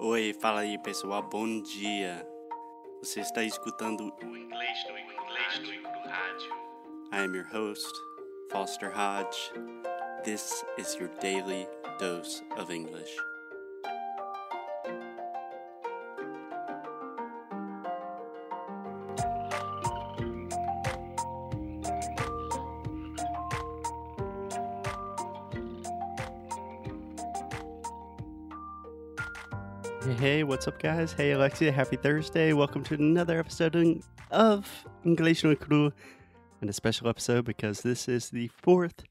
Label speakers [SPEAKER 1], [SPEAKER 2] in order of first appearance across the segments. [SPEAKER 1] Oi, fala aí pessoal, bom dia. Você está escutando
[SPEAKER 2] O inglês do inglês do rádio.
[SPEAKER 1] I am your host, Foster Hodge. This is your daily dose of English. Hey, what's up, guys? Hey, Alexia, happy Thursday. Welcome to another episode in- of English no Cru, and a special episode because this is the fourth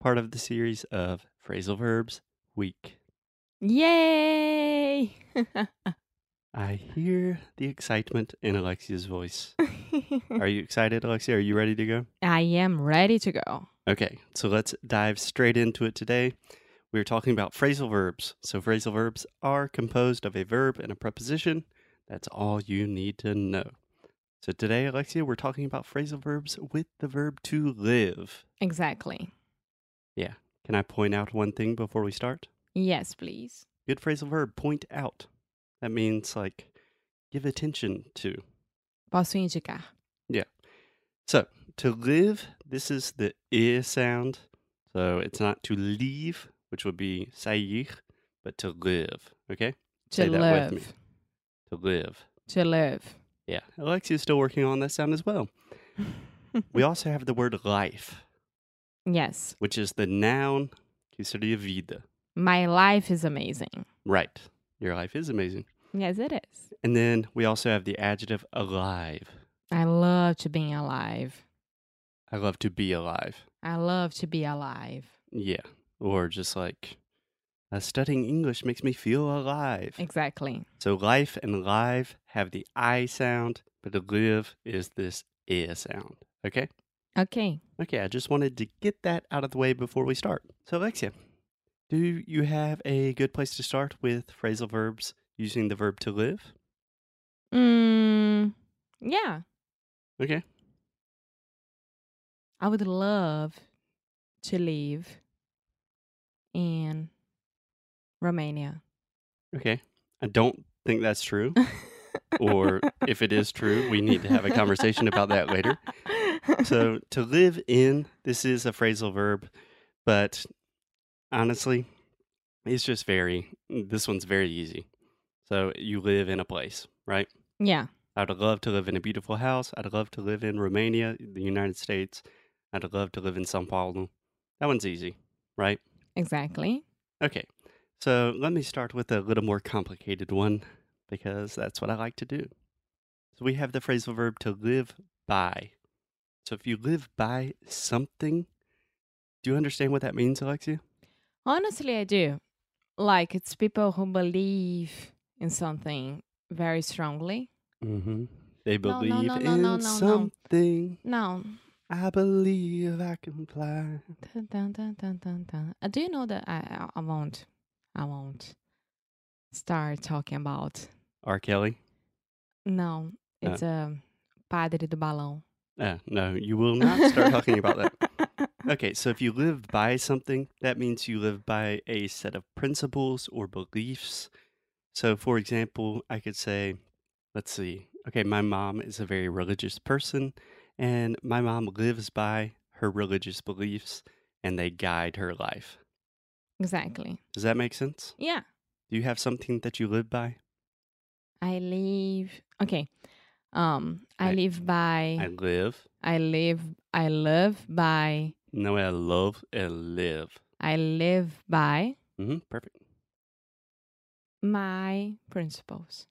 [SPEAKER 1] part of the series of phrasal verbs week.
[SPEAKER 3] Yay!
[SPEAKER 1] I hear the excitement in Alexia's voice. Are you excited, Alexia? Are you ready to go?
[SPEAKER 3] I am ready to go.
[SPEAKER 1] Okay, so let's dive straight into it today. We're talking about phrasal verbs. So, phrasal verbs are composed of a verb and a preposition. That's all you need to know. So, today, Alexia, we're talking about phrasal verbs with the verb to live.
[SPEAKER 3] Exactly.
[SPEAKER 1] Can I point out one thing before we start?
[SPEAKER 3] Yes, please.
[SPEAKER 1] Good phrasal verb, point out. That means like give attention to.
[SPEAKER 3] Posso indicar.
[SPEAKER 1] So, to live, this is the ear sound. So, it's not to leave, which would be sair, but to live. Okay?
[SPEAKER 3] To
[SPEAKER 1] Say that with me.
[SPEAKER 3] live.
[SPEAKER 1] To live.
[SPEAKER 3] To live.
[SPEAKER 1] Yeah. Alexia's still working on that sound as well. we also have the word life,
[SPEAKER 3] Yes.
[SPEAKER 1] which is the noun que seria vida.
[SPEAKER 3] My life is amazing.
[SPEAKER 1] Right. Your life is amazing.
[SPEAKER 3] Yes, it is.
[SPEAKER 1] And then we also have the adjective alive.
[SPEAKER 3] I love to being alive.
[SPEAKER 1] I love to be alive.
[SPEAKER 3] I love to be alive.
[SPEAKER 1] Yeah. Or just like uh, studying English makes me feel alive.
[SPEAKER 3] Exactly.
[SPEAKER 1] So life and live have the I sound, but the live is this ear sound. Okay?
[SPEAKER 3] Okay.
[SPEAKER 1] Okay, I just wanted to get that out of the way before we start. So Alexia, do you have a good place to start with phrasal verbs using the verb to live?
[SPEAKER 3] Mm, yeah.
[SPEAKER 1] Okay.
[SPEAKER 3] I would love to live in Romania.
[SPEAKER 1] Okay. I don't think that's true. Or if it is true, we need to have a conversation about that later. So to live in, this is a phrasal verb, but honestly, it's just very, this one's very easy. So you live in a place, right?
[SPEAKER 3] yeah,
[SPEAKER 1] I'd love to live in a beautiful house. I'd love to live in Romania, the United States. I'd love to live in Sao Paulo. That one's easy, right?
[SPEAKER 3] exactly.
[SPEAKER 1] Okay. So let me start with a little more complicated one because that's what I like to do. So we have the phrasal verb to live by. So if you live by something, do you understand what that means, Alexia?
[SPEAKER 3] Honestly, I do. Like it's people who believe in something very strongly.
[SPEAKER 1] Mm-hmm. They
[SPEAKER 3] No, no,
[SPEAKER 1] believe
[SPEAKER 3] no, no,
[SPEAKER 1] in
[SPEAKER 3] no, no, no.
[SPEAKER 1] something.
[SPEAKER 3] No.
[SPEAKER 1] I believe I can fly.
[SPEAKER 3] Dun, dun, dun, dun, dun, dun. Uh, Do you know that I, I, I won't I won't start talking about
[SPEAKER 1] R. Kelly.
[SPEAKER 3] no.
[SPEAKER 1] Uh.
[SPEAKER 3] It's a padre do balão.
[SPEAKER 1] Uh, no, you will not start talking about that. Okay, so if you live by something, that means you live by a set of principles or beliefs. So, for example, I could say, let's see, okay, my mom is a very religious person, and my mom lives by her religious beliefs and they guide her life.
[SPEAKER 3] Exactly.
[SPEAKER 1] Does that make sense?
[SPEAKER 3] Yeah.
[SPEAKER 1] Do you have something that you live by?
[SPEAKER 3] I live. Okay. Um, I,
[SPEAKER 1] I-
[SPEAKER 3] live by.
[SPEAKER 1] I live.
[SPEAKER 3] I live I live by
[SPEAKER 1] No, I love and live.
[SPEAKER 3] I live by
[SPEAKER 1] hmm perfect.
[SPEAKER 3] my principles.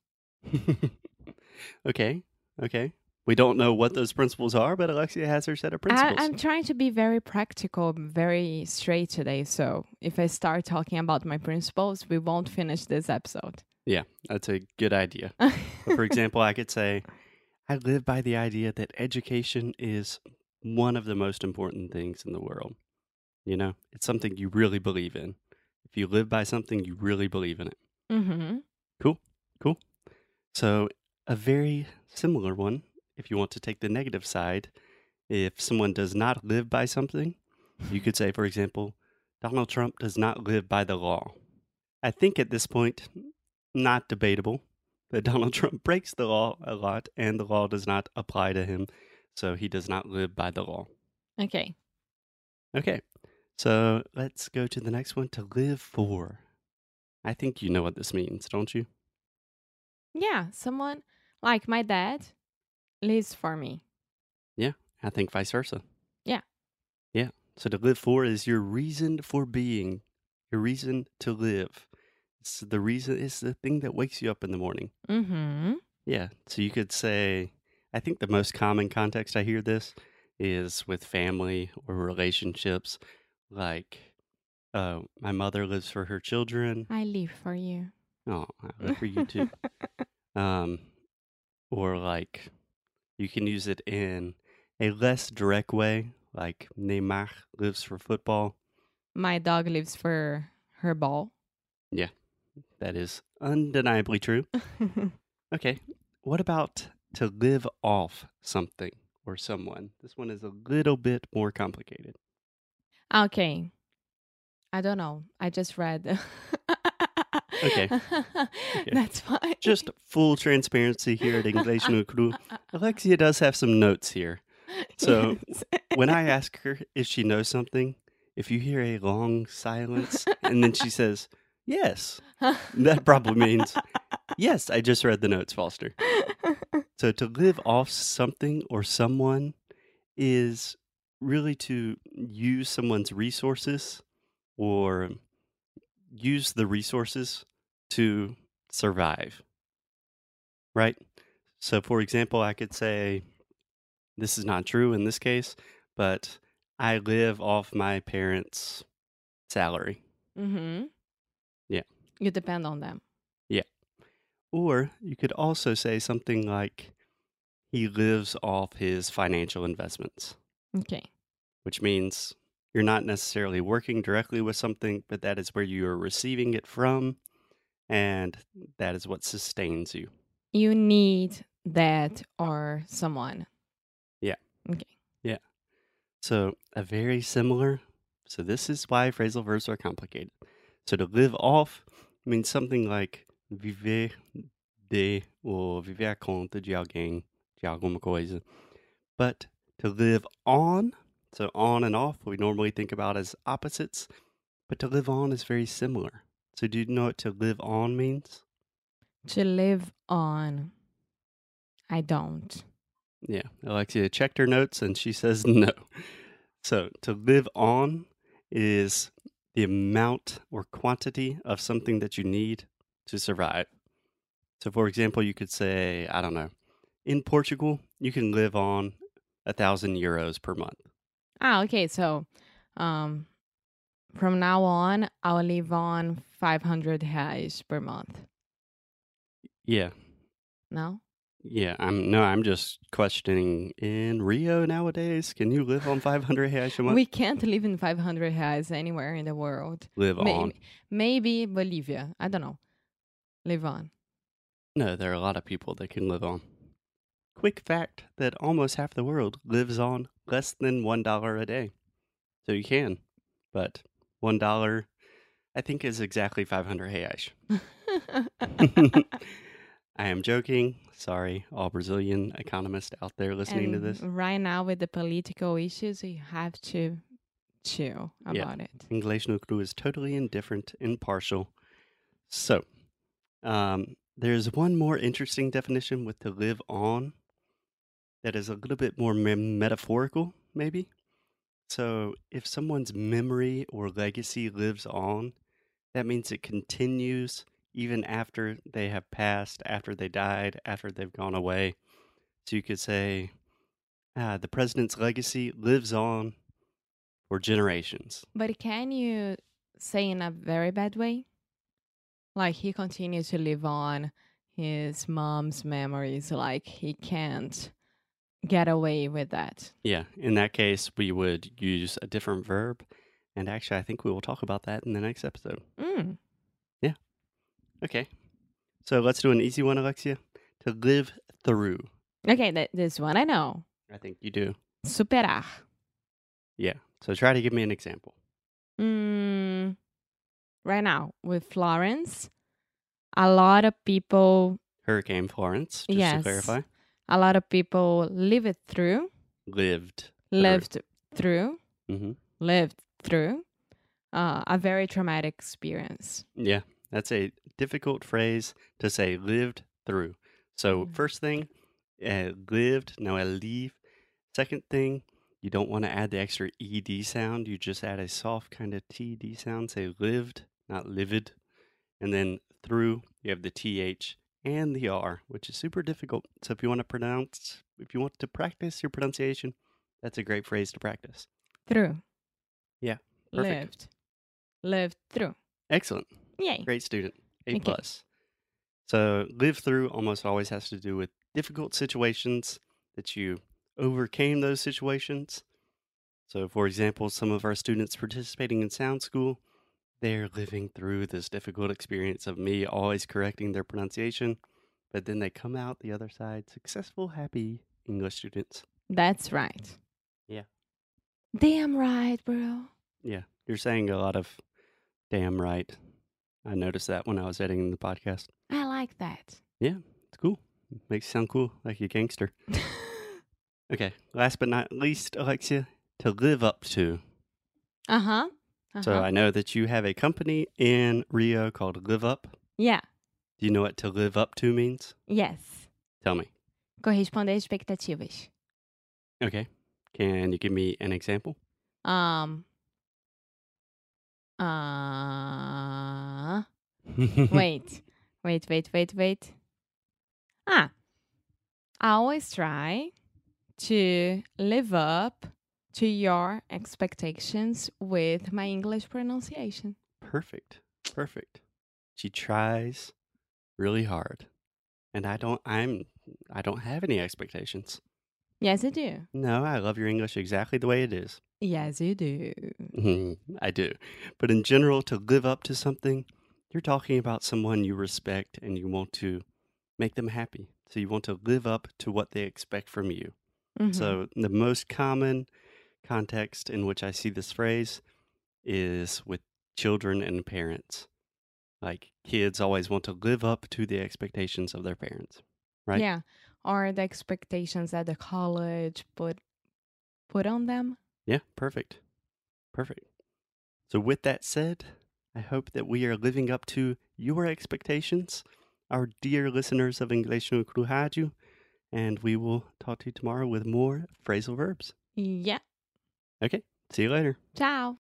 [SPEAKER 1] okay, okay. We don't know what those principles are, but Alexia has her set of principles.
[SPEAKER 3] I, I'm trying to be very practical, very straight today. So if I start talking about my principles, we won't finish this episode.
[SPEAKER 1] That's a good idea. For example, I could say, I live by the idea that education is one of the most important things in the world. You know, it's something you really believe in. If you live by something, you really believe in it.
[SPEAKER 3] hmm
[SPEAKER 1] So, a very similar one, if you want to take the negative side, if someone does not live by something, you could say, for example, Donald Trump does not live by the law. I think at this point, not debatable that Donald Trump breaks the law a lot and the law does not apply to him. So he does not live by the law.
[SPEAKER 3] Okay.
[SPEAKER 1] Okay. So let's go to the next one to live for. I think you know what this means, don't you?
[SPEAKER 3] Yeah, someone like my dad lives for me.
[SPEAKER 1] I think vice versa.
[SPEAKER 3] Yeah.
[SPEAKER 1] Yeah. So to live for is your reason for being, your reason to live. It's the reason, it's the thing that wakes you up in the morning.
[SPEAKER 3] Mm-hmm.
[SPEAKER 1] Yeah. So you could say, I think the most common context I hear this is with family or relationships. Like, uh, my mother lives for her children.
[SPEAKER 3] I live for you.
[SPEAKER 1] Oh, I live for you too. um, or like you can use it in a less direct way, like Neymar lives for football.
[SPEAKER 3] my dog lives for her ball.
[SPEAKER 1] That is undeniably true. Okay, what about to live off something or someone? This one is a little bit more complicated.
[SPEAKER 3] okay. I don't know. I just read.
[SPEAKER 1] Okay.
[SPEAKER 3] That's fine.
[SPEAKER 1] Just full transparency here at English No Crew. Alexia does have some notes here. So
[SPEAKER 3] Yes.
[SPEAKER 1] when I ask her if she knows something, if you hear a long silence and then she says, Yes, that probably means, Yes, I just read the notes, Foster. So to live off something or someone is really to use someone's resources or use the resources to survive. Right? So for example, I could say this is not true in this case, but I live off my parents' salary.
[SPEAKER 3] mm-hmm.
[SPEAKER 1] Yeah.
[SPEAKER 3] You depend on them.
[SPEAKER 1] Or you could also say something like he lives off his financial investments.
[SPEAKER 3] Okay.
[SPEAKER 1] which means you're not necessarily working directly with something, but that is where you are receiving it from. And that is what sustains you.
[SPEAKER 3] You need that or someone.
[SPEAKER 1] So, a very similar. So, this is why phrasal verbs are complicated. So, to live off means something like viver de or viver à conta de alguém, de alguma coisa. But to live on, so on and off, we normally think about as opposites, but to live on is very similar. So, do you know what to live on means?
[SPEAKER 3] To live on. I don't.
[SPEAKER 1] Yeah, Alexia checked her notes and she says no. So, to live on is the amount or quantity of something that you need to survive. So, for example, you could say, I don't know, in Portugal, you can live on a thousand euros per month.
[SPEAKER 3] Ah, okay. So, um, from now on, I'll live on 500 reais per month.
[SPEAKER 1] Yeah,
[SPEAKER 3] No?
[SPEAKER 1] yeah. I'm no, I'm just questioning. In Rio nowadays, can you live on 500 reais a month?
[SPEAKER 3] We can't live in 500 reais anywhere in the world.
[SPEAKER 1] live
[SPEAKER 3] May-
[SPEAKER 1] on.
[SPEAKER 3] Maybe Bolivia. I don't know. Live on.
[SPEAKER 1] No, there are a lot of people that can live on. Quick fact that almost half the world lives on less than $1 a day. So you can, but $1 I think is exactly 500 reais. I am joking. Sorry, all Brazilian economists out there listening to
[SPEAKER 3] And
[SPEAKER 1] this.
[SPEAKER 3] Right now, with the political issues, you have to chill
[SPEAKER 1] Yeah.
[SPEAKER 3] about it.
[SPEAKER 1] English no crew is totally indifferent, impartial. So, um, there's one more interesting definition with to live on that is a little bit more me- metaphorical, maybe. So, if someone's memory or legacy lives on, that means it continues even after they have passed, after they died, after they've gone away. So, you could say, ah, the president's legacy lives on for generations.
[SPEAKER 3] But can you say in a very bad way? Like he continues to live on his mom's memories, like he can't get away with that.
[SPEAKER 1] Yeah, in that case, we would use a different verb. And actually, I think we will talk about that in the next episode.
[SPEAKER 3] Mm.
[SPEAKER 1] Okay. So let's do an easy one, Alexia. To live through.
[SPEAKER 3] Okay, th- this one I know.
[SPEAKER 1] I think you do.
[SPEAKER 3] Superar.
[SPEAKER 1] Yeah. So try to give me an example.
[SPEAKER 3] Mm. Right now, with Florence, a lot of people
[SPEAKER 1] Hurricane Florence, just
[SPEAKER 3] Yes.
[SPEAKER 1] to clarify,
[SPEAKER 3] a lot of people live it through,
[SPEAKER 1] lived.
[SPEAKER 3] lived through,
[SPEAKER 1] hmm
[SPEAKER 3] lived through uh, a very traumatic experience.
[SPEAKER 1] Yeah, that's a difficult phrase to say lived through. So,
[SPEAKER 3] Mm.
[SPEAKER 1] first thing, uh, lived, no, I leave. Second thing, you don't want to add the extra ED sound. You just add a soft kind of TD sound, say lived, not livid. And then through, you have the TH and the R, which is super difficult. So, if you want to pronounce, if you want to practice your pronunciation, that's a great phrase to practice.
[SPEAKER 3] Through.
[SPEAKER 1] Yeah, perfect.
[SPEAKER 3] Lived. Lived through.
[SPEAKER 1] Excellent.
[SPEAKER 3] Yay.
[SPEAKER 1] Great student. A
[SPEAKER 3] Thank you.
[SPEAKER 1] plus. So live through almost always has to do with difficult situations that you overcame those situations. So for example, some of our students participating in sound school, they're living through this difficult experience of me always correcting their pronunciation, but then they come out the other side successful, happy English students.
[SPEAKER 3] That's right.
[SPEAKER 1] Yeah.
[SPEAKER 3] Damn right, bro.
[SPEAKER 1] Yeah, you're saying a lot of damn right. I noticed that when I was editing the podcast.
[SPEAKER 3] I like that.
[SPEAKER 1] It's cool. Makes you sound cool, like a gangster. Okay. Last but not least, Alexia, to live up to.
[SPEAKER 3] uh huh. Uh-huh.
[SPEAKER 1] So I know that you have a company in Rio called Live Up.
[SPEAKER 3] yeah.
[SPEAKER 1] Do you know what to live up to means?
[SPEAKER 3] Yes.
[SPEAKER 1] Tell me.
[SPEAKER 3] Corresponder às expectativas.
[SPEAKER 1] Okay. Can you give me an example?
[SPEAKER 3] Um. Uh, wait, wait, wait, wait, wait. Ah, I always try to live up to your expectations with my English pronunciation.
[SPEAKER 1] Perfect. Perfect. She tries really hard. And I don't I'm I don't have any expectations.
[SPEAKER 3] Yes, I do.
[SPEAKER 1] No, I love your English exactly the way it is.
[SPEAKER 3] Yes, you do.
[SPEAKER 1] Mhm, I do. But in general, to live up to something, you're talking about someone you respect and you want to make them happy. So you want to live up to what they expect from you.
[SPEAKER 3] Mhm.
[SPEAKER 1] So the most common context in which I see this phrase is with children and parents. Like kids always want to live up to the expectations of their parents. right?
[SPEAKER 3] yeah, are the expectations that the college put put on them?
[SPEAKER 1] Yeah, perfect. Perfect. So, with that said, I hope that we are living up to your expectations, our dear listeners of English no Kruhaju, and we will talk to you tomorrow with more phrasal verbs.
[SPEAKER 3] Yeah.
[SPEAKER 1] See you later.
[SPEAKER 3] Ciao.